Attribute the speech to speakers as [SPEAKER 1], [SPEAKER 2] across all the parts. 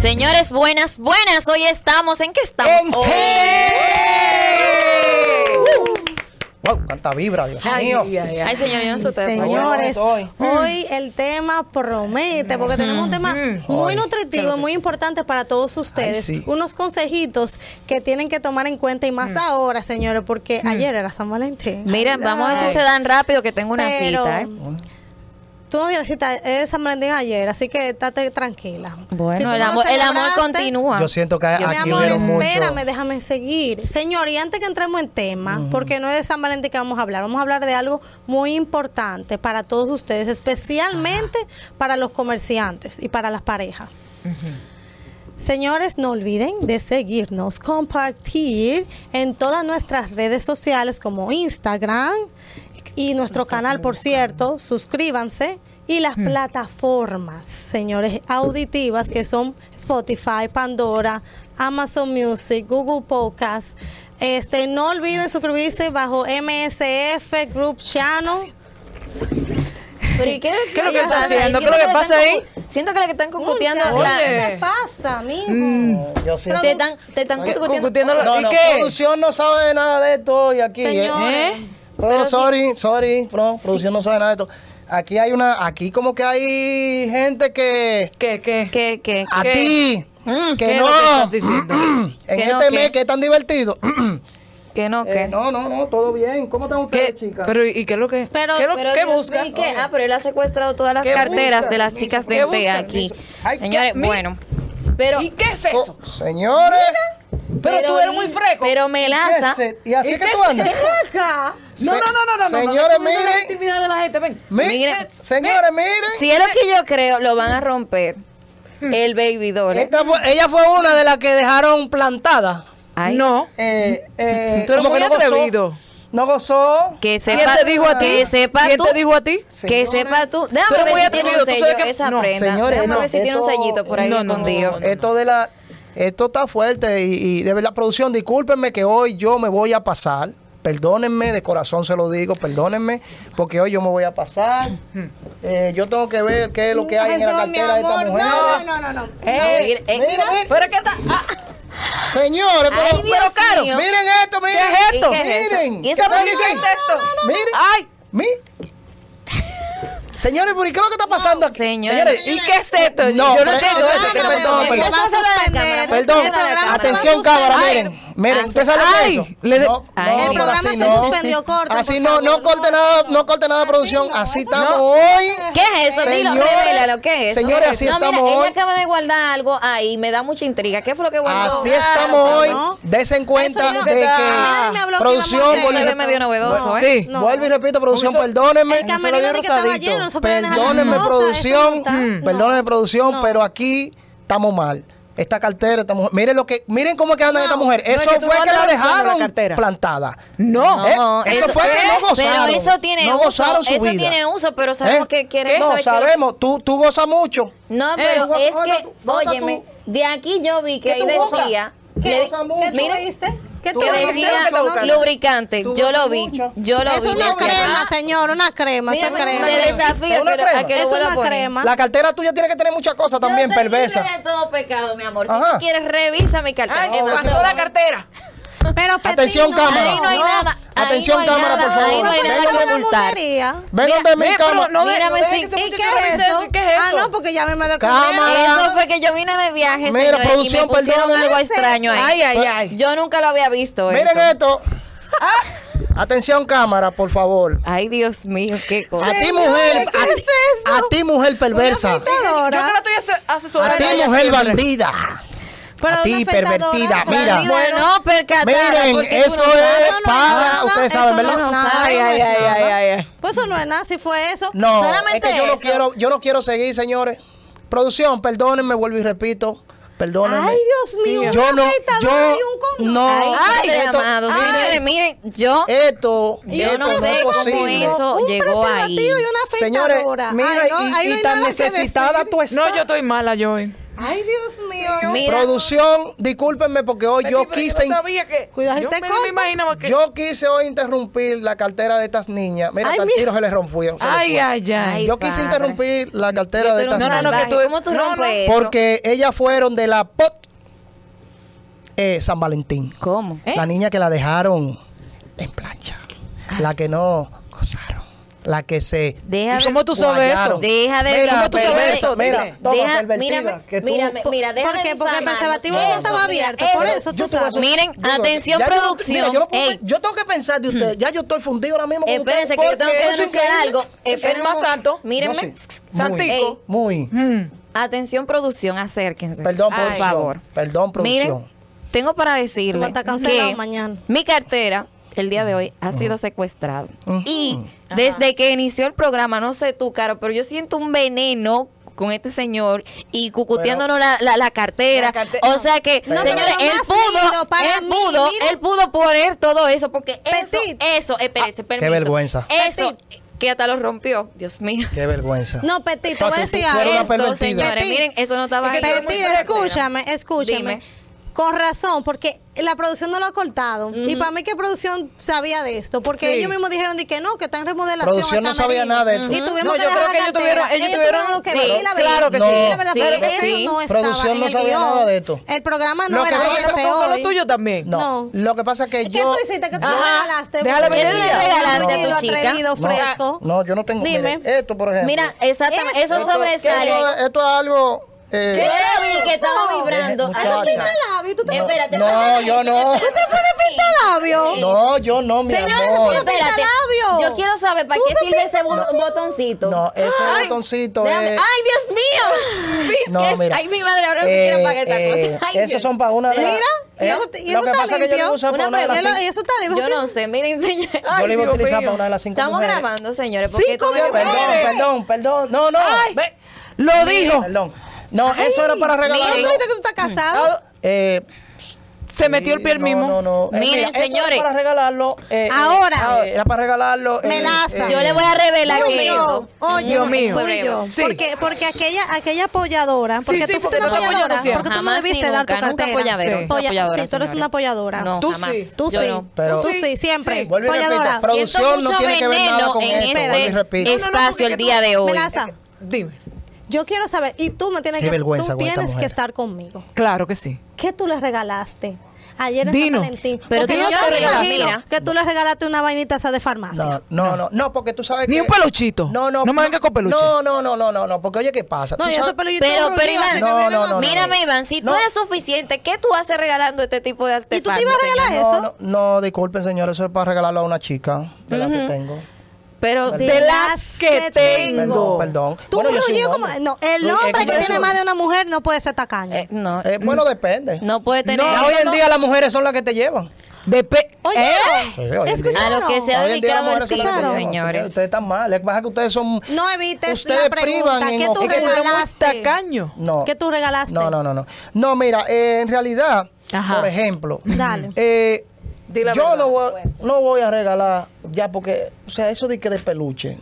[SPEAKER 1] Señores, buenas, buenas. Hoy estamos. ¿En qué estamos?
[SPEAKER 2] ¿En
[SPEAKER 1] Hoy?
[SPEAKER 2] qué? Wow, cuánta vibra, Dios mío.
[SPEAKER 1] Ay, señor, yo no sé ustedes, por favor.
[SPEAKER 3] Señores,
[SPEAKER 2] Hoy.
[SPEAKER 3] hoy el tema promete, porque tenemos un tema muy nutritivo y muy importante para todos ustedes.
[SPEAKER 2] sí.
[SPEAKER 3] Unos consejitos que tienen que tomar en cuenta y más ahora, señores, porque ayer era San Valentín.
[SPEAKER 1] Mira,
[SPEAKER 3] Ay,
[SPEAKER 1] vamos a ver si se dan rápido que tengo una
[SPEAKER 3] Pero-
[SPEAKER 1] cita. ¿eh?
[SPEAKER 3] Tú no dieras cita, es San Valentín ayer, así que estate tranquila. Si tú
[SPEAKER 1] Bueno, el
[SPEAKER 3] no lo
[SPEAKER 1] amor, el amor
[SPEAKER 3] celebraste,
[SPEAKER 1] continúa.
[SPEAKER 2] Yo siento que
[SPEAKER 3] Mi
[SPEAKER 2] aquí
[SPEAKER 3] amor,
[SPEAKER 2] hubieron mucho.
[SPEAKER 3] espérame, déjame seguir. Señor, y antes que entremos en tema, porque no es de San Valentín que vamos a hablar, vamos a hablar de algo muy importante para todos ustedes, especialmente para los comerciantes y para las parejas. Señores, no olviden de seguirnos, compartir en todas nuestras redes sociales como Instagram y nuestro canal, por cierto, suscríbanse. Y las plataformas, señores, auditivas que son Spotify, Pandora, Amazon Music, Google Podcast. Este, no olviden suscribirse bajo MSF Group Channel.
[SPEAKER 1] Pero, ¿y qué,
[SPEAKER 4] ¿Qué es lo que está
[SPEAKER 1] pasa ahí? Siento
[SPEAKER 4] haciendo? ¿Qué es lo que
[SPEAKER 1] le están
[SPEAKER 4] pasa ahí?
[SPEAKER 1] cu- Siento que le están cucuteando.
[SPEAKER 3] Muchachos,
[SPEAKER 1] la-
[SPEAKER 3] ¿Qué
[SPEAKER 4] Ole.
[SPEAKER 2] Mm.
[SPEAKER 3] te pasa, mijo?
[SPEAKER 2] Yo siento-
[SPEAKER 1] te están, te están cucuteando.
[SPEAKER 4] Discutiendo lo-
[SPEAKER 2] No,
[SPEAKER 4] ¿Y
[SPEAKER 2] no,
[SPEAKER 4] qué?
[SPEAKER 2] producción no sabe de nada de esto y aquí. ¿eh?
[SPEAKER 3] Señor.
[SPEAKER 4] ¿Eh?
[SPEAKER 2] No, no, sorry, sorry, no, producción no sabe nada de esto. Aquí hay una, aquí como que hay gente que
[SPEAKER 4] ¿Qué, qué?
[SPEAKER 1] ¿Qué, qué?
[SPEAKER 2] a
[SPEAKER 4] ¿Qué?
[SPEAKER 2] ti
[SPEAKER 1] mm,
[SPEAKER 2] que
[SPEAKER 4] ¿Qué es lo que
[SPEAKER 2] no
[SPEAKER 4] estás diciendo?
[SPEAKER 2] en
[SPEAKER 1] Que
[SPEAKER 2] este
[SPEAKER 1] no, ¿qué?
[SPEAKER 2] mes que es tan divertido.
[SPEAKER 1] ¿Qué no, qué?
[SPEAKER 2] Eh, no, no, no, todo bien. ¿Cómo están
[SPEAKER 4] ¿Qué?
[SPEAKER 2] ustedes, chicas?
[SPEAKER 4] Pero, ¿y qué es lo que?
[SPEAKER 3] Pero-
[SPEAKER 4] ¿Qué, es lo-
[SPEAKER 1] Pero
[SPEAKER 4] qué
[SPEAKER 1] Dios
[SPEAKER 4] buscas?
[SPEAKER 1] mío, ¿qué? Ah, pero él ha secuestrado todas las
[SPEAKER 4] ¿Qué
[SPEAKER 1] carteras
[SPEAKER 4] buscas?
[SPEAKER 1] de las chicas de
[SPEAKER 4] ¿Qué
[SPEAKER 1] ENTE
[SPEAKER 4] buscas?
[SPEAKER 1] aquí.
[SPEAKER 2] Ay, ¿qué?
[SPEAKER 1] Señores,
[SPEAKER 4] Mi-
[SPEAKER 1] bueno. Pero,
[SPEAKER 4] ¿Y qué es eso?
[SPEAKER 2] Oh, señores,
[SPEAKER 4] Pero, tú eres muy freco.
[SPEAKER 1] Pero Melaza,
[SPEAKER 2] ¿qué es- y así
[SPEAKER 4] ¿Y
[SPEAKER 2] que
[SPEAKER 4] qué
[SPEAKER 2] tú
[SPEAKER 4] es
[SPEAKER 2] andas.
[SPEAKER 3] Acá.
[SPEAKER 4] no, no, no, no, no, no.
[SPEAKER 2] Señores,
[SPEAKER 4] no, no, no, no, no, no,
[SPEAKER 2] miren,
[SPEAKER 4] intimidar a la gente, ven.
[SPEAKER 2] miren,
[SPEAKER 1] Miren.
[SPEAKER 2] señores, miren.
[SPEAKER 1] si es lo que yo creo, lo van a romper. El baby doll. ¿eh?
[SPEAKER 2] Esta fue- ella fue una de las que dejaron plantada.
[SPEAKER 1] Ay,
[SPEAKER 4] No.
[SPEAKER 2] Eh, eh,
[SPEAKER 4] Tú eres
[SPEAKER 2] como
[SPEAKER 4] muy
[SPEAKER 2] que no gozó.
[SPEAKER 4] atrevido.
[SPEAKER 2] No gozó.
[SPEAKER 1] Que
[SPEAKER 4] ¿Quién
[SPEAKER 1] sepa,
[SPEAKER 4] te dijo a ti?
[SPEAKER 1] Que sepa
[SPEAKER 4] ¿Quién
[SPEAKER 1] tú.
[SPEAKER 4] te dijo a ti?
[SPEAKER 1] Que
[SPEAKER 2] Señores,
[SPEAKER 1] sepa tú.
[SPEAKER 4] tú
[SPEAKER 1] Déjame
[SPEAKER 4] eres
[SPEAKER 1] ver
[SPEAKER 4] muy
[SPEAKER 1] si tiene un
[SPEAKER 4] atrevido, tú
[SPEAKER 1] sello
[SPEAKER 4] sabes que-
[SPEAKER 1] esa
[SPEAKER 4] No,
[SPEAKER 1] prenda.
[SPEAKER 2] señores,
[SPEAKER 1] Déjame
[SPEAKER 2] no,
[SPEAKER 1] ver si tiene un
[SPEAKER 2] esto-
[SPEAKER 1] sellito por ahí
[SPEAKER 4] No, no,
[SPEAKER 1] escondido.
[SPEAKER 4] no, no,
[SPEAKER 2] Esto de la. Esto está fuerte y, y de verdad, producción, discúlpenme que hoy yo me voy a pasar. Perdónenme, de corazón se lo digo, perdónenme, porque hoy yo me voy a pasar. Eh, yo tengo que ver qué es lo que hay en la
[SPEAKER 3] No, mi
[SPEAKER 2] cartera de esta
[SPEAKER 3] amor,
[SPEAKER 2] mujer.
[SPEAKER 3] no, no, no, no.
[SPEAKER 4] Eh,
[SPEAKER 1] Mira, eh,
[SPEAKER 2] Miren, miren,
[SPEAKER 4] pero qué está. Ah,
[SPEAKER 2] señores,
[SPEAKER 1] Ay,
[SPEAKER 2] pero,
[SPEAKER 1] Dios
[SPEAKER 2] pero caro,
[SPEAKER 1] mío.
[SPEAKER 2] miren esto, miren.
[SPEAKER 4] ¿Qué es
[SPEAKER 1] ¿Y
[SPEAKER 4] esto?
[SPEAKER 1] qué es eso?
[SPEAKER 2] Miren,
[SPEAKER 1] ¿Y
[SPEAKER 2] ¿qué
[SPEAKER 1] esa
[SPEAKER 2] tal
[SPEAKER 1] prenda?
[SPEAKER 2] dice?
[SPEAKER 4] ¿Qué es esto? Ah.
[SPEAKER 2] Miren,
[SPEAKER 4] Ay,
[SPEAKER 2] miren. Señores, ¿por qué es lo que está pasando aquí?
[SPEAKER 1] señores.
[SPEAKER 4] ¿y qué es esto?
[SPEAKER 2] No,
[SPEAKER 4] Yo no
[SPEAKER 2] pero-
[SPEAKER 4] entiendo eso.
[SPEAKER 2] Perdón,
[SPEAKER 3] Eso
[SPEAKER 2] perdón.
[SPEAKER 3] va a suspender.
[SPEAKER 2] Perdón,
[SPEAKER 3] El programa
[SPEAKER 2] atención
[SPEAKER 3] se va a
[SPEAKER 2] cámara,
[SPEAKER 3] suspender.
[SPEAKER 2] miren, miren,
[SPEAKER 1] Ay,
[SPEAKER 2] usted sabe
[SPEAKER 4] ay,
[SPEAKER 2] lo que es
[SPEAKER 4] le de-
[SPEAKER 2] eso. No,
[SPEAKER 1] Ay,
[SPEAKER 2] no,
[SPEAKER 1] el
[SPEAKER 2] pero
[SPEAKER 1] programa
[SPEAKER 2] así
[SPEAKER 3] se
[SPEAKER 2] no.
[SPEAKER 3] suspendió, corta,
[SPEAKER 2] Así
[SPEAKER 3] por
[SPEAKER 2] no, no
[SPEAKER 3] favor,
[SPEAKER 2] corte
[SPEAKER 3] no,
[SPEAKER 2] nada,
[SPEAKER 3] no.
[SPEAKER 2] no corte nada de
[SPEAKER 3] Así
[SPEAKER 2] producción,
[SPEAKER 3] no,
[SPEAKER 2] así
[SPEAKER 3] eso
[SPEAKER 2] estamos hoy.
[SPEAKER 1] ¿Qué es eso? Dilo,
[SPEAKER 2] Señores,
[SPEAKER 1] revélalo, ¿qué es eso?
[SPEAKER 2] señores, así
[SPEAKER 1] no,
[SPEAKER 2] estamos
[SPEAKER 1] mira,
[SPEAKER 2] hoy.
[SPEAKER 1] Ella acaba de guardar algo ahí, me da mucha intriga. ¿Qué fue lo que guardó?
[SPEAKER 2] Así
[SPEAKER 1] Ah,
[SPEAKER 2] estamos hoy.
[SPEAKER 3] ¿no?
[SPEAKER 2] Desen cuenta
[SPEAKER 3] Eso no.
[SPEAKER 2] de
[SPEAKER 4] A mí
[SPEAKER 3] nadie me
[SPEAKER 2] que
[SPEAKER 3] habló que
[SPEAKER 2] producción,
[SPEAKER 3] íbamos a
[SPEAKER 1] Se
[SPEAKER 2] vuelvo y
[SPEAKER 1] ve
[SPEAKER 3] hacer-
[SPEAKER 2] repito,
[SPEAKER 1] medio novedoso, ¿eh?
[SPEAKER 4] Sí.
[SPEAKER 3] No.
[SPEAKER 2] vuelvo y repito, producción, perdónenme.
[SPEAKER 3] El camerino de que estaba lleno, no se puede dejar
[SPEAKER 2] Perdónenme,
[SPEAKER 3] las cosas,
[SPEAKER 2] producción. Mm,
[SPEAKER 3] eso no está.
[SPEAKER 2] Perdónenme, producción,
[SPEAKER 3] No.
[SPEAKER 2] pero aquí estamos mal. Esta cartera, esta mujer. Miren, lo que, miren cómo es que anda
[SPEAKER 3] No,
[SPEAKER 2] esta mujer.
[SPEAKER 4] no, es
[SPEAKER 2] Eso
[SPEAKER 4] que tú
[SPEAKER 2] fue
[SPEAKER 4] no
[SPEAKER 2] que
[SPEAKER 4] andas
[SPEAKER 2] la
[SPEAKER 4] usando la
[SPEAKER 2] dejaron
[SPEAKER 4] cartera.
[SPEAKER 2] plantada.
[SPEAKER 4] No.
[SPEAKER 2] ¿Eh? Eso fue que no gozaron.
[SPEAKER 1] Pero eso tiene
[SPEAKER 2] No
[SPEAKER 1] uso.
[SPEAKER 2] gozaron su
[SPEAKER 1] eso
[SPEAKER 2] vida.
[SPEAKER 1] tiene uso, pero sabemos
[SPEAKER 2] ¿Eh?
[SPEAKER 1] que quieren
[SPEAKER 2] No,
[SPEAKER 1] saber qué-
[SPEAKER 2] sabemos. Tú, tú gozas mucho.
[SPEAKER 1] No,
[SPEAKER 4] Eh,
[SPEAKER 1] pero
[SPEAKER 2] guarda-
[SPEAKER 1] es
[SPEAKER 2] guarda
[SPEAKER 1] que,
[SPEAKER 2] tu- guarda
[SPEAKER 1] óyeme, de aquí yo vi que
[SPEAKER 4] ¿Qué
[SPEAKER 1] ahí
[SPEAKER 4] tú buscas?
[SPEAKER 1] decía...
[SPEAKER 3] ¿Qué,
[SPEAKER 1] le-
[SPEAKER 2] cosa
[SPEAKER 3] ¿Qué tú
[SPEAKER 1] mira,
[SPEAKER 3] viste? ¿Qué tú
[SPEAKER 1] que
[SPEAKER 4] buscas?
[SPEAKER 3] viste?
[SPEAKER 4] ¿Qué
[SPEAKER 1] decía
[SPEAKER 4] tú buscas?
[SPEAKER 1] lubricante.
[SPEAKER 2] Tú
[SPEAKER 1] Yo lo
[SPEAKER 2] buscas
[SPEAKER 1] vi,
[SPEAKER 2] mucho.
[SPEAKER 1] yo lo
[SPEAKER 3] Es
[SPEAKER 1] vi.
[SPEAKER 3] una
[SPEAKER 1] es que-
[SPEAKER 3] crema,
[SPEAKER 1] Ah,
[SPEAKER 3] señor, una crema,
[SPEAKER 1] Mira,
[SPEAKER 3] esa
[SPEAKER 1] mira,
[SPEAKER 3] crema.
[SPEAKER 1] te desafío
[SPEAKER 2] Es una
[SPEAKER 1] que lo- a
[SPEAKER 2] crema.
[SPEAKER 1] que
[SPEAKER 3] Es
[SPEAKER 1] lo vuelva
[SPEAKER 3] una
[SPEAKER 1] a poner.
[SPEAKER 3] crema.
[SPEAKER 2] La cartera tuya tiene que tener muchas cosas también
[SPEAKER 1] Yo estoy
[SPEAKER 2] perversas.
[SPEAKER 1] libre de todo pecado, mi amor. Si
[SPEAKER 2] Ajá.
[SPEAKER 1] tú quieres, revisa mi cartera.
[SPEAKER 4] Ay,
[SPEAKER 1] Es más,
[SPEAKER 4] pasó la cartera.
[SPEAKER 3] Pero Petit,
[SPEAKER 2] Atención,
[SPEAKER 3] no,
[SPEAKER 2] cámara.
[SPEAKER 1] Ahí no hay
[SPEAKER 2] No.
[SPEAKER 1] nada. ahí
[SPEAKER 2] Atención,
[SPEAKER 1] no hay
[SPEAKER 2] cámara,
[SPEAKER 1] nada,
[SPEAKER 2] por favor.
[SPEAKER 1] Ahí no hay
[SPEAKER 2] Ven,
[SPEAKER 1] nada
[SPEAKER 2] ven,
[SPEAKER 1] que
[SPEAKER 3] ven,
[SPEAKER 1] ocultar.
[SPEAKER 3] mujería.
[SPEAKER 2] Ven
[SPEAKER 1] Mira,
[SPEAKER 2] donde mi
[SPEAKER 4] Ve,
[SPEAKER 2] cama.
[SPEAKER 4] pero no, ve,
[SPEAKER 1] Mírame
[SPEAKER 4] no dejes
[SPEAKER 1] si-
[SPEAKER 4] que ese
[SPEAKER 3] ¿Y
[SPEAKER 4] muchacho
[SPEAKER 3] qué es
[SPEAKER 4] revise
[SPEAKER 3] eso?
[SPEAKER 4] eso. ¿Qué es
[SPEAKER 3] Ah,
[SPEAKER 4] eso?
[SPEAKER 3] no, porque ya me me dio
[SPEAKER 2] Cámara.
[SPEAKER 1] Eso fue que yo vine de viaje,
[SPEAKER 2] Mira,
[SPEAKER 1] señores, y
[SPEAKER 2] producción,
[SPEAKER 1] me pusieron
[SPEAKER 2] perdón.
[SPEAKER 1] algo
[SPEAKER 2] ¿Qué
[SPEAKER 4] es
[SPEAKER 1] extraño
[SPEAKER 4] eso?
[SPEAKER 1] ahí.
[SPEAKER 4] Ay, ay, ay.
[SPEAKER 1] Yo nunca lo había visto
[SPEAKER 2] Miren
[SPEAKER 1] eso.
[SPEAKER 2] esto. Atención, cámara, por favor.
[SPEAKER 1] Ay, Dios mío, qué
[SPEAKER 2] A
[SPEAKER 1] cosa.
[SPEAKER 2] ti,
[SPEAKER 3] Señores,
[SPEAKER 2] mujer.
[SPEAKER 3] ¿qué
[SPEAKER 2] a-
[SPEAKER 3] es eso?
[SPEAKER 2] A ti, mujer perversa.
[SPEAKER 4] Yo que
[SPEAKER 3] Afeitadora.
[SPEAKER 4] la estoy ase- asesorando.
[SPEAKER 2] A ti,
[SPEAKER 4] a ella
[SPEAKER 2] mujer
[SPEAKER 4] siempre.
[SPEAKER 2] bandida.
[SPEAKER 3] Pero
[SPEAKER 2] a
[SPEAKER 3] una
[SPEAKER 2] ti,
[SPEAKER 3] afeitadora,
[SPEAKER 2] pervertida.
[SPEAKER 1] Bandida
[SPEAKER 2] Mira.
[SPEAKER 1] no percatada.
[SPEAKER 2] Miren,
[SPEAKER 1] porque tú
[SPEAKER 2] eso
[SPEAKER 1] no sabes.
[SPEAKER 2] es
[SPEAKER 3] No, no,
[SPEAKER 2] para-
[SPEAKER 3] nada,
[SPEAKER 2] ustedes
[SPEAKER 3] eso
[SPEAKER 2] saben,
[SPEAKER 3] no
[SPEAKER 2] ¿verdad?
[SPEAKER 3] es nada,
[SPEAKER 4] Ay,
[SPEAKER 3] no es
[SPEAKER 4] ay, ay,
[SPEAKER 3] nada.
[SPEAKER 4] ay, ay, ay.
[SPEAKER 3] Pues eso no es nada, si fue eso.
[SPEAKER 2] No, es
[SPEAKER 1] Solamente
[SPEAKER 2] que yo no
[SPEAKER 1] eso.
[SPEAKER 2] quiero, yo no quiero seguir, señores. Producción, perdónenme, vuelvo y repito. Perdónenme.
[SPEAKER 3] Ay, Dios mío,
[SPEAKER 2] Yo
[SPEAKER 3] una
[SPEAKER 2] no,
[SPEAKER 3] afeitadora
[SPEAKER 2] yo
[SPEAKER 3] y un condón.
[SPEAKER 2] no. Este
[SPEAKER 1] Ay, ay,
[SPEAKER 2] esto-
[SPEAKER 1] amado.
[SPEAKER 2] miren,
[SPEAKER 1] Señores, miren, yo...
[SPEAKER 2] esto,
[SPEAKER 1] Yo no
[SPEAKER 2] esto
[SPEAKER 1] sé
[SPEAKER 2] es
[SPEAKER 1] cómo
[SPEAKER 2] posible.
[SPEAKER 1] eso
[SPEAKER 3] un
[SPEAKER 1] llegó ahí.
[SPEAKER 3] preservativo Y una
[SPEAKER 2] Señores,
[SPEAKER 3] afeitadora.
[SPEAKER 2] mira,
[SPEAKER 3] Ay, no,
[SPEAKER 2] y-
[SPEAKER 3] ahí
[SPEAKER 2] y,
[SPEAKER 3] no hay
[SPEAKER 2] tan
[SPEAKER 3] nada que
[SPEAKER 2] necesitada
[SPEAKER 3] decir.
[SPEAKER 2] tú estás.
[SPEAKER 4] No, yo estoy mala, yo hoy.
[SPEAKER 3] Ay, Dios mío.
[SPEAKER 1] Mira.
[SPEAKER 2] Producción, discúlpenme porque hoy yo
[SPEAKER 4] Pero que
[SPEAKER 2] quise... in-
[SPEAKER 4] No sabía que.
[SPEAKER 3] Cuidado,
[SPEAKER 4] yo
[SPEAKER 3] te
[SPEAKER 4] me,
[SPEAKER 3] compro.
[SPEAKER 4] me imaginaba que.
[SPEAKER 2] Yo quise hoy interrumpir la cartera de estas niñas. Mira,
[SPEAKER 3] Ay,
[SPEAKER 2] hasta el
[SPEAKER 3] mira.
[SPEAKER 2] tiro se les rompió. se les
[SPEAKER 4] ay,
[SPEAKER 2] fue.
[SPEAKER 4] ay, ay.
[SPEAKER 1] Ay,
[SPEAKER 2] Yo quise
[SPEAKER 1] padre.
[SPEAKER 2] interrumpir la cartera de
[SPEAKER 1] Pero
[SPEAKER 2] estas
[SPEAKER 1] un
[SPEAKER 4] No, no,
[SPEAKER 2] niñas.
[SPEAKER 4] no, que
[SPEAKER 1] salvaje.
[SPEAKER 4] tú-
[SPEAKER 1] ¿Cómo tú
[SPEAKER 4] no, no,
[SPEAKER 1] rompes eso?
[SPEAKER 2] Porque ellas fueron de la POT eh, San Valentín.
[SPEAKER 1] ¿Cómo?
[SPEAKER 4] ¿Eh?
[SPEAKER 2] La niña que la dejaron en plancha.
[SPEAKER 4] Ah.
[SPEAKER 2] La que no gozaron. La que se...
[SPEAKER 1] Deja
[SPEAKER 4] ¿Y
[SPEAKER 1] de-
[SPEAKER 4] cómo tú sabes eso?
[SPEAKER 2] guayaron.
[SPEAKER 1] Deja de
[SPEAKER 2] Mira,
[SPEAKER 4] ¿Cómo tú
[SPEAKER 1] deja
[SPEAKER 4] sabes
[SPEAKER 1] de-
[SPEAKER 4] eso?
[SPEAKER 2] Mira,
[SPEAKER 4] Dime.
[SPEAKER 2] toma,
[SPEAKER 1] deja,
[SPEAKER 2] pervertida,
[SPEAKER 1] mírame,
[SPEAKER 2] que tú-
[SPEAKER 1] mírame, mira, deja
[SPEAKER 3] ¿Por qué?
[SPEAKER 1] de
[SPEAKER 3] Porque el
[SPEAKER 1] difamar.
[SPEAKER 3] preservativo no estaba abierto, por eso tú
[SPEAKER 2] te voy a
[SPEAKER 3] sabes.
[SPEAKER 2] hacer-
[SPEAKER 1] Miren,
[SPEAKER 2] digo,
[SPEAKER 1] atención,
[SPEAKER 2] ya yo no- mira,
[SPEAKER 1] producción.
[SPEAKER 2] yo, no puedo-
[SPEAKER 1] Ey. Mm.
[SPEAKER 2] yo tengo que pensar de usted. Ya yo estoy fundido ahora mismo. con usted.
[SPEAKER 1] Espérense, que yo tengo
[SPEAKER 4] Porque
[SPEAKER 1] que
[SPEAKER 4] eso es
[SPEAKER 1] denunciar
[SPEAKER 4] increíble.
[SPEAKER 1] algo.
[SPEAKER 4] Es
[SPEAKER 1] Espérenme.
[SPEAKER 4] más santo.
[SPEAKER 2] Yo
[SPEAKER 1] Mírenme.
[SPEAKER 2] sí,
[SPEAKER 4] Santico.
[SPEAKER 2] Muy. muy.
[SPEAKER 4] Mm.
[SPEAKER 1] Atención, producción, acérquense.
[SPEAKER 2] Perdón,
[SPEAKER 4] Ay.
[SPEAKER 1] Por
[SPEAKER 2] producción.
[SPEAKER 1] favor.
[SPEAKER 2] Perdón, producción.
[SPEAKER 1] Miren, tengo para decirle
[SPEAKER 3] Tú vas a estar cancelado
[SPEAKER 1] que
[SPEAKER 3] mañana.
[SPEAKER 1] mi cartera el día de hoy ha sido secuestrada. Y desde que inició el programa, no sé tú, Caro, pero yo siento un veneno con este señor y cucuteándonos la, la- la cartera.
[SPEAKER 4] La carte-
[SPEAKER 1] o sea que,
[SPEAKER 2] No, pero
[SPEAKER 1] señores,
[SPEAKER 3] lo
[SPEAKER 1] él
[SPEAKER 3] más
[SPEAKER 1] pudo,
[SPEAKER 3] lindo para
[SPEAKER 1] él
[SPEAKER 3] mí,
[SPEAKER 1] pudo,
[SPEAKER 3] mira.
[SPEAKER 1] él pudo poner todo eso, porque eso,
[SPEAKER 3] Petit.
[SPEAKER 1] eso, espérese, permiso.
[SPEAKER 2] Ah, vergüenza.
[SPEAKER 1] Eso, que hasta lo rompió, Dios mío.
[SPEAKER 2] Qué vergüenza.
[SPEAKER 3] No, Petit, te voy
[SPEAKER 2] Papi,
[SPEAKER 3] a
[SPEAKER 2] Ah, tú
[SPEAKER 3] decir
[SPEAKER 2] fueras una
[SPEAKER 3] algo.
[SPEAKER 1] Esto,
[SPEAKER 2] pervertida.
[SPEAKER 1] señores,
[SPEAKER 3] Petit.
[SPEAKER 1] miren, eso no estaba
[SPEAKER 4] Es que
[SPEAKER 1] ahí.
[SPEAKER 4] tú eres muy
[SPEAKER 3] Petit,
[SPEAKER 4] fuerte.
[SPEAKER 3] escúchame, escúchame.
[SPEAKER 1] Dime.
[SPEAKER 3] Con razón, porque la producción no lo ha cortado. Y para mí que producción sabía de esto, porque
[SPEAKER 2] Sí.
[SPEAKER 3] ellos mismos dijeron de que no, que está en remodelación.
[SPEAKER 2] Producción
[SPEAKER 3] el
[SPEAKER 2] no sabía
[SPEAKER 3] camerino.
[SPEAKER 2] nada de esto.
[SPEAKER 3] Y tuvimos
[SPEAKER 4] No,
[SPEAKER 3] que
[SPEAKER 4] yo
[SPEAKER 3] dejar
[SPEAKER 4] creo
[SPEAKER 3] la
[SPEAKER 4] que ellos
[SPEAKER 3] cartera.
[SPEAKER 4] tuvieron- ellos tuvieron-
[SPEAKER 3] que
[SPEAKER 4] sí,
[SPEAKER 3] ver, y la verdad-
[SPEAKER 4] claro que
[SPEAKER 3] y la
[SPEAKER 2] sí.
[SPEAKER 3] verdad,
[SPEAKER 1] Sí,
[SPEAKER 3] pero
[SPEAKER 1] claro que
[SPEAKER 3] eso
[SPEAKER 1] sí.
[SPEAKER 3] no estaba
[SPEAKER 2] Producción
[SPEAKER 3] en
[SPEAKER 2] no
[SPEAKER 3] el
[SPEAKER 2] sabía
[SPEAKER 3] guión.
[SPEAKER 2] nada de esto.
[SPEAKER 3] El programa
[SPEAKER 2] Lo
[SPEAKER 3] no
[SPEAKER 2] que
[SPEAKER 3] era
[SPEAKER 2] pasa
[SPEAKER 4] Pero
[SPEAKER 2] es
[SPEAKER 3] ese
[SPEAKER 2] que
[SPEAKER 4] tú,
[SPEAKER 3] hoy.
[SPEAKER 4] lo tuyo también.
[SPEAKER 2] No.
[SPEAKER 3] no.
[SPEAKER 2] Lo que pasa es que
[SPEAKER 3] ¿Qué
[SPEAKER 2] yo.
[SPEAKER 3] tú hiciste? que tú
[SPEAKER 4] Ajá.
[SPEAKER 3] regalaste?
[SPEAKER 4] Déjale
[SPEAKER 1] ¿Qué tú le regalaste a tu
[SPEAKER 3] Atrevido,
[SPEAKER 1] chica?
[SPEAKER 3] atrevido,
[SPEAKER 2] no,
[SPEAKER 3] fresco.
[SPEAKER 2] No, yo no tengo.
[SPEAKER 3] Dime.
[SPEAKER 2] mire, esto, por ejemplo.
[SPEAKER 1] Mira, exactamente, eso
[SPEAKER 2] Esto-
[SPEAKER 1] sobresale.
[SPEAKER 2] Esto, esto es algo. eh,
[SPEAKER 1] Yo la vi que estaba
[SPEAKER 3] Eso.
[SPEAKER 1] vibrando.
[SPEAKER 2] Deje,
[SPEAKER 1] Ay,
[SPEAKER 2] muchacha.
[SPEAKER 1] mira.
[SPEAKER 3] labio? ¿Tú te pones
[SPEAKER 1] Espérate,
[SPEAKER 2] No,
[SPEAKER 1] espérate,
[SPEAKER 2] yo no.
[SPEAKER 1] espérate.
[SPEAKER 2] ¿Tú te
[SPEAKER 3] labio?
[SPEAKER 2] No, yo no, mi
[SPEAKER 3] Señores,
[SPEAKER 2] amor.
[SPEAKER 3] no puedo-
[SPEAKER 1] Espérate.
[SPEAKER 3] pintalabio?
[SPEAKER 1] Yo quiero saber para
[SPEAKER 3] ¿Tú
[SPEAKER 1] qué
[SPEAKER 3] te
[SPEAKER 1] sirve ese bo- botoncito.
[SPEAKER 2] No, ese
[SPEAKER 1] Ay,
[SPEAKER 2] botoncito
[SPEAKER 1] déjame-
[SPEAKER 2] es-
[SPEAKER 1] ¡Ay, Dios mío!
[SPEAKER 2] No,
[SPEAKER 1] ¿Qué es?
[SPEAKER 2] mira.
[SPEAKER 1] Ay, mi madre, ahora me
[SPEAKER 2] Eh,
[SPEAKER 1] quieren pagar esta
[SPEAKER 2] eh,
[SPEAKER 1] cosa. Ay,
[SPEAKER 2] esos
[SPEAKER 1] Dios.
[SPEAKER 2] son para una de las-
[SPEAKER 3] Mira,
[SPEAKER 2] eh,
[SPEAKER 3] y eso- y
[SPEAKER 2] Lo
[SPEAKER 3] eso
[SPEAKER 2] que
[SPEAKER 3] está
[SPEAKER 2] pasa es que yo
[SPEAKER 3] limpio.
[SPEAKER 2] lo uso para
[SPEAKER 1] Una
[SPEAKER 2] una de las
[SPEAKER 1] pregunta.
[SPEAKER 2] cinco-
[SPEAKER 3] Y eso está limpio.
[SPEAKER 1] Yo no sé, miren, señores.
[SPEAKER 4] Ay,
[SPEAKER 2] Yo lo iba a
[SPEAKER 4] Dios
[SPEAKER 2] utilizar
[SPEAKER 4] mío.
[SPEAKER 2] para una de las cinco.
[SPEAKER 1] Estamos
[SPEAKER 2] mujeres.
[SPEAKER 1] grabando, señores. Porque
[SPEAKER 4] Cinco
[SPEAKER 1] esto no es-
[SPEAKER 4] minutos.
[SPEAKER 2] Perdón,
[SPEAKER 4] Mujeres.
[SPEAKER 2] perdón, perdón. No, no.
[SPEAKER 4] Ay.
[SPEAKER 2] ve.
[SPEAKER 4] Lo dijo.
[SPEAKER 2] Perdón. No, eso era para
[SPEAKER 3] ¿Tú
[SPEAKER 2] regalarlo.
[SPEAKER 1] Miren.
[SPEAKER 3] dijiste que tú estás
[SPEAKER 4] oh,
[SPEAKER 3] casado?
[SPEAKER 2] Eh,
[SPEAKER 4] Ah, Se metió el pie el
[SPEAKER 2] no,
[SPEAKER 4] mismo.
[SPEAKER 2] No, no. Eh,
[SPEAKER 1] Miren,
[SPEAKER 2] mira, eso era
[SPEAKER 1] señores.
[SPEAKER 2] para regalarlo. eh, eh,
[SPEAKER 3] Ahora.
[SPEAKER 2] eh, era para regalarlo. eh,
[SPEAKER 3] Melaza.
[SPEAKER 2] eh,
[SPEAKER 1] Yo le voy a revelar
[SPEAKER 3] Dios
[SPEAKER 1] que
[SPEAKER 3] mío,
[SPEAKER 1] eso.
[SPEAKER 3] oye,
[SPEAKER 4] Dios mío.
[SPEAKER 3] tú y yo.
[SPEAKER 4] Sí.
[SPEAKER 3] Porque, porque aquella, aquella apoyadora, porque
[SPEAKER 4] sí,
[SPEAKER 3] tú
[SPEAKER 4] porque
[SPEAKER 3] fuiste una
[SPEAKER 4] tú apoyas
[SPEAKER 3] apoyadora,
[SPEAKER 4] siempre.
[SPEAKER 3] porque tú no
[SPEAKER 1] Jamás ni
[SPEAKER 3] debiste dar tu
[SPEAKER 1] nunca, nunca
[SPEAKER 3] cartera.
[SPEAKER 1] apoyadero,
[SPEAKER 4] Sí.
[SPEAKER 1] nunca
[SPEAKER 3] Apoya-
[SPEAKER 1] apoyadora,
[SPEAKER 3] sí, tú eres
[SPEAKER 1] señores.
[SPEAKER 3] una apoyadora.
[SPEAKER 1] No,
[SPEAKER 4] Tú
[SPEAKER 1] jamás.
[SPEAKER 4] sí.
[SPEAKER 3] Tú
[SPEAKER 1] Yo
[SPEAKER 3] sí,
[SPEAKER 1] no.
[SPEAKER 2] Pero-
[SPEAKER 3] tú
[SPEAKER 4] Sí.
[SPEAKER 3] sí, siempre.
[SPEAKER 4] Sí.
[SPEAKER 2] Vuelvo y repito,
[SPEAKER 3] Apoyadora.
[SPEAKER 2] pro- Producción
[SPEAKER 1] Siento
[SPEAKER 2] no
[SPEAKER 1] mucho
[SPEAKER 2] tiene que ver nada
[SPEAKER 1] veneno
[SPEAKER 2] con
[SPEAKER 1] en
[SPEAKER 2] esto, vuelvo y
[SPEAKER 1] este
[SPEAKER 2] repito.
[SPEAKER 4] No, no, no, porque
[SPEAKER 1] espacio el
[SPEAKER 4] tú-
[SPEAKER 1] día de hoy.
[SPEAKER 3] Melaza,
[SPEAKER 4] Dime.
[SPEAKER 3] yo quiero saber, y tú me tienes
[SPEAKER 2] Qué
[SPEAKER 3] que,
[SPEAKER 2] vergüenza
[SPEAKER 3] tú
[SPEAKER 2] con esta
[SPEAKER 3] tienes
[SPEAKER 2] mujer.
[SPEAKER 3] que estar conmigo.
[SPEAKER 4] Claro que sí.
[SPEAKER 3] ¿Qué tú le regalaste? Ayer en
[SPEAKER 4] Dino.
[SPEAKER 3] San Valentín.
[SPEAKER 1] Pero
[SPEAKER 3] Porque
[SPEAKER 1] tú
[SPEAKER 3] yo
[SPEAKER 1] no
[SPEAKER 3] me
[SPEAKER 1] sabías,
[SPEAKER 3] imagino
[SPEAKER 1] mira.
[SPEAKER 3] que tú le regalaste una vainita esa de farmacia.
[SPEAKER 2] No, no, no, no, porque tú sabes
[SPEAKER 4] Ni
[SPEAKER 2] que-
[SPEAKER 4] un peluchito.
[SPEAKER 2] No, no.
[SPEAKER 4] No me venga con peluche.
[SPEAKER 2] No, no, no, no, no, no, porque oye, ¿qué pasa?
[SPEAKER 3] No,
[SPEAKER 2] Tú
[SPEAKER 3] y esos
[SPEAKER 2] sabes-
[SPEAKER 3] pelillitos
[SPEAKER 1] Pero, pero
[SPEAKER 3] rubios, así
[SPEAKER 1] Iván,
[SPEAKER 3] que vienen
[SPEAKER 2] no, no, no,
[SPEAKER 3] así.
[SPEAKER 1] mírame, Iván, si
[SPEAKER 2] No.
[SPEAKER 1] tú eres suficiente, ¿qué tú haces regalando este tipo de
[SPEAKER 3] ¿Y tú
[SPEAKER 1] artefactos?
[SPEAKER 3] te ibas a regalar
[SPEAKER 1] señor?
[SPEAKER 3] eso?
[SPEAKER 2] No, no, no, disculpen, señor, eso es para regalarlo a una chica de la que tengo.
[SPEAKER 1] Pero
[SPEAKER 2] Perdón.
[SPEAKER 4] De las que tengo.
[SPEAKER 2] Perdón, perdón.
[SPEAKER 3] Tú
[SPEAKER 2] Bueno, yo soy
[SPEAKER 3] rullido
[SPEAKER 2] un
[SPEAKER 3] como...
[SPEAKER 2] hombre.
[SPEAKER 3] No, el
[SPEAKER 2] Tú- es
[SPEAKER 3] hombre
[SPEAKER 2] como
[SPEAKER 3] que tiene
[SPEAKER 2] eso.
[SPEAKER 3] más de una mujer no puede ser tacaño.
[SPEAKER 1] eh, no,
[SPEAKER 2] Eh, bueno, depende.
[SPEAKER 1] no puede tener.
[SPEAKER 2] Ya hoy en día las mujeres son las que te llevan.
[SPEAKER 4] De pe-
[SPEAKER 3] Oye,
[SPEAKER 4] ¿Eh?
[SPEAKER 2] Sí, hoy en día.
[SPEAKER 1] a
[SPEAKER 3] escucharon.
[SPEAKER 1] lo que se ha
[SPEAKER 2] Hoy en
[SPEAKER 1] dedicado
[SPEAKER 2] día las
[SPEAKER 1] el
[SPEAKER 2] mujeres son las que te
[SPEAKER 1] tiempo,
[SPEAKER 2] llevan,
[SPEAKER 1] señores.
[SPEAKER 2] Ustedes están mal. Es que pasa que ustedes son.
[SPEAKER 3] No evites
[SPEAKER 2] Ustedes
[SPEAKER 3] la pregunta.
[SPEAKER 2] privan en
[SPEAKER 3] ¿Qué tú
[SPEAKER 2] ocasiones.
[SPEAKER 4] Es que tú eres muy
[SPEAKER 3] regalaste?
[SPEAKER 4] tacaño.
[SPEAKER 2] No.
[SPEAKER 3] ¿Qué tú regalaste?
[SPEAKER 2] No, no, no, no. No, mira, eh, en realidad,
[SPEAKER 4] Ajá.
[SPEAKER 2] por ejemplo,
[SPEAKER 3] Dale.
[SPEAKER 2] eh,
[SPEAKER 4] Di la
[SPEAKER 2] yo
[SPEAKER 4] verdad, pues.
[SPEAKER 2] no voy,
[SPEAKER 4] bueno.
[SPEAKER 2] no voy a regalar ya porque, o sea, eso de que de peluche.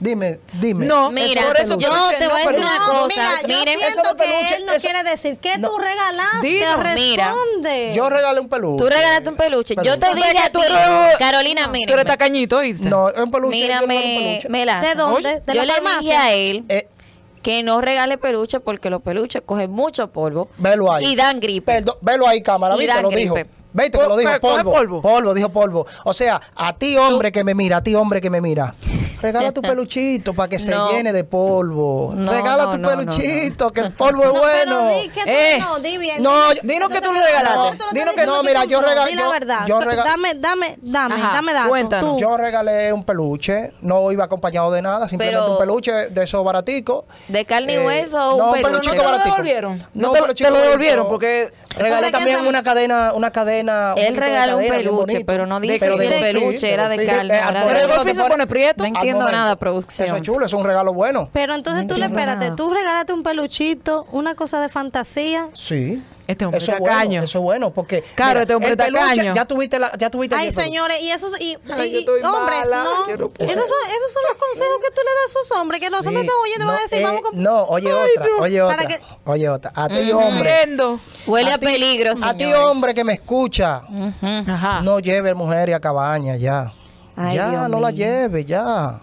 [SPEAKER 2] Dime, dime.
[SPEAKER 4] No,
[SPEAKER 1] Mira,
[SPEAKER 4] por eso
[SPEAKER 1] yo
[SPEAKER 4] peluche,
[SPEAKER 1] te
[SPEAKER 4] no
[SPEAKER 1] voy a decir
[SPEAKER 4] peluche.
[SPEAKER 1] una
[SPEAKER 3] No,
[SPEAKER 1] cosa.
[SPEAKER 3] mira,
[SPEAKER 1] Miren,
[SPEAKER 3] yo
[SPEAKER 2] Eso
[SPEAKER 3] siento
[SPEAKER 2] no
[SPEAKER 3] que
[SPEAKER 2] peluche,
[SPEAKER 3] él no
[SPEAKER 2] eso-
[SPEAKER 3] quiere decir qué
[SPEAKER 2] No.
[SPEAKER 3] tú regalaste.
[SPEAKER 4] Dilo.
[SPEAKER 1] Mira,
[SPEAKER 3] Responde.
[SPEAKER 2] Yo regalé un peluche.
[SPEAKER 1] tú regalaste un peluche. Yo te
[SPEAKER 2] Perdón.
[SPEAKER 1] dije
[SPEAKER 4] Hombre,
[SPEAKER 1] a
[SPEAKER 4] que tú
[SPEAKER 1] ti,
[SPEAKER 4] eres-
[SPEAKER 1] Carolina,
[SPEAKER 4] Tú eres
[SPEAKER 1] mírame.
[SPEAKER 4] tacañito, ¿viste?
[SPEAKER 2] No, es un peluche. yo regalé un
[SPEAKER 1] Mírame,
[SPEAKER 2] peluche.
[SPEAKER 1] Melaza.
[SPEAKER 3] ¿De dónde?
[SPEAKER 1] Oye,
[SPEAKER 3] ¿De
[SPEAKER 1] Yo
[SPEAKER 3] la
[SPEAKER 1] le
[SPEAKER 3] farmacia?
[SPEAKER 1] dije a él
[SPEAKER 2] Eh,
[SPEAKER 1] que no regale peluche porque los peluches cogen mucho polvo
[SPEAKER 2] velo ahí.
[SPEAKER 1] y dan gripe.
[SPEAKER 2] Perdón, velo ahí, cámara.
[SPEAKER 1] Y
[SPEAKER 2] ¿Viste?
[SPEAKER 1] dan
[SPEAKER 2] Lo dijo.
[SPEAKER 1] gripe.
[SPEAKER 2] Viste que lo
[SPEAKER 4] Pol-
[SPEAKER 2] dijo.
[SPEAKER 4] pero coge
[SPEAKER 2] Polvo.
[SPEAKER 4] polvo.
[SPEAKER 2] dijo polvo. O sea, a ti, hombre que me mira, a ti, hombre que me mira. Regala tu peluchito para que se
[SPEAKER 1] No.
[SPEAKER 2] llene de polvo.
[SPEAKER 1] No,
[SPEAKER 2] regala
[SPEAKER 1] no,
[SPEAKER 2] tu
[SPEAKER 1] no, no,
[SPEAKER 2] peluchito, que el polvo es
[SPEAKER 3] No,
[SPEAKER 2] bueno.
[SPEAKER 3] Pero di que tú,
[SPEAKER 4] Eh.
[SPEAKER 3] no, di bien.
[SPEAKER 2] No,
[SPEAKER 3] di-
[SPEAKER 2] yo-
[SPEAKER 4] Dilo que
[SPEAKER 3] Entonces,
[SPEAKER 4] tú le
[SPEAKER 3] no,
[SPEAKER 4] regalaste.
[SPEAKER 3] tú lo
[SPEAKER 4] Dilo
[SPEAKER 3] estás
[SPEAKER 4] que-
[SPEAKER 3] diciendo
[SPEAKER 2] No,
[SPEAKER 3] que
[SPEAKER 2] mira,
[SPEAKER 3] tú
[SPEAKER 2] yo
[SPEAKER 3] no,
[SPEAKER 2] rega-
[SPEAKER 3] Di la
[SPEAKER 2] yo-
[SPEAKER 3] verdad.
[SPEAKER 2] yo rega-
[SPEAKER 3] Dame, dame, dame,
[SPEAKER 4] Ajá,
[SPEAKER 3] dame dato.
[SPEAKER 4] cuéntanos.
[SPEAKER 3] Tú.
[SPEAKER 2] Yo regalé un peluche, no iba acompañado de nada, simplemente
[SPEAKER 1] Pero-
[SPEAKER 2] un peluche de esos baraticos.
[SPEAKER 1] ¿De carne y
[SPEAKER 2] Eh,
[SPEAKER 1] hueso o
[SPEAKER 2] no,
[SPEAKER 1] un
[SPEAKER 2] un
[SPEAKER 1] peluche?
[SPEAKER 2] peluchito
[SPEAKER 4] ¿No te lo
[SPEAKER 2] baratico.
[SPEAKER 4] devolvieron?
[SPEAKER 2] No,
[SPEAKER 4] ¿No
[SPEAKER 2] un
[SPEAKER 4] te-
[SPEAKER 2] peluchito
[SPEAKER 4] te lo devolvieron?
[SPEAKER 2] bonito.
[SPEAKER 4] Porque-
[SPEAKER 2] Regalé
[SPEAKER 3] Porque
[SPEAKER 2] también
[SPEAKER 3] esa-
[SPEAKER 2] una cadena, una cadena. un
[SPEAKER 1] Él
[SPEAKER 2] poquito de
[SPEAKER 1] regaló un
[SPEAKER 2] cadena bien
[SPEAKER 1] peluche,
[SPEAKER 2] bonito.
[SPEAKER 1] pero no dice
[SPEAKER 2] Pero
[SPEAKER 1] si
[SPEAKER 2] de
[SPEAKER 1] el
[SPEAKER 2] golfito,
[SPEAKER 1] peluche era de
[SPEAKER 2] sí,
[SPEAKER 1] carne,
[SPEAKER 2] eh,
[SPEAKER 1] ahora
[SPEAKER 2] al
[SPEAKER 1] de-
[SPEAKER 4] Pero el
[SPEAKER 2] momento
[SPEAKER 4] golfito
[SPEAKER 2] te
[SPEAKER 4] se pone prieto.
[SPEAKER 1] No
[SPEAKER 2] al
[SPEAKER 1] entiendo
[SPEAKER 2] momento.
[SPEAKER 1] nada, producción.
[SPEAKER 2] Eso es chulo, eso es un regalo bueno.
[SPEAKER 3] Pero entonces
[SPEAKER 1] No
[SPEAKER 3] tú le
[SPEAKER 1] entiendo
[SPEAKER 3] espérate,
[SPEAKER 1] nada.
[SPEAKER 3] tú regalaste un peluchito, una cosa de fantasía.
[SPEAKER 2] Sí.
[SPEAKER 4] Este hombre
[SPEAKER 2] eso es
[SPEAKER 4] tacaño.
[SPEAKER 2] bueno, eso es bueno, porque.
[SPEAKER 4] Claro, este hombre
[SPEAKER 2] el peluche,
[SPEAKER 4] tacaño.
[SPEAKER 2] Ya tuviste la. Ya tuviste
[SPEAKER 3] Ay,
[SPEAKER 2] diez peluches.
[SPEAKER 3] señores, y esos y,
[SPEAKER 4] Ay,
[SPEAKER 3] y-
[SPEAKER 4] yo estoy
[SPEAKER 3] hombres,
[SPEAKER 4] mala,
[SPEAKER 3] no.
[SPEAKER 4] yo no
[SPEAKER 3] esos, son, esos son los consejos que tú le das a sus hombres, que los
[SPEAKER 2] Sí.
[SPEAKER 3] hombres están oyendo y van a decir,
[SPEAKER 2] eh,
[SPEAKER 3] vamos con
[SPEAKER 2] No, oye otra, oye
[SPEAKER 3] Para
[SPEAKER 2] otra,
[SPEAKER 3] que-
[SPEAKER 2] oye otra. A ti, hombre,
[SPEAKER 4] Viendo.
[SPEAKER 1] Huele a, peligro,
[SPEAKER 2] a ti,
[SPEAKER 1] señores.
[SPEAKER 2] hombre que me escucha,
[SPEAKER 1] Ujú.
[SPEAKER 3] Ah.
[SPEAKER 4] Ajá.
[SPEAKER 2] no lleve mujeres a cabaña ya.
[SPEAKER 1] Ay,
[SPEAKER 2] ya,
[SPEAKER 1] Dios
[SPEAKER 2] no la
[SPEAKER 1] mío.
[SPEAKER 2] lleve, ya.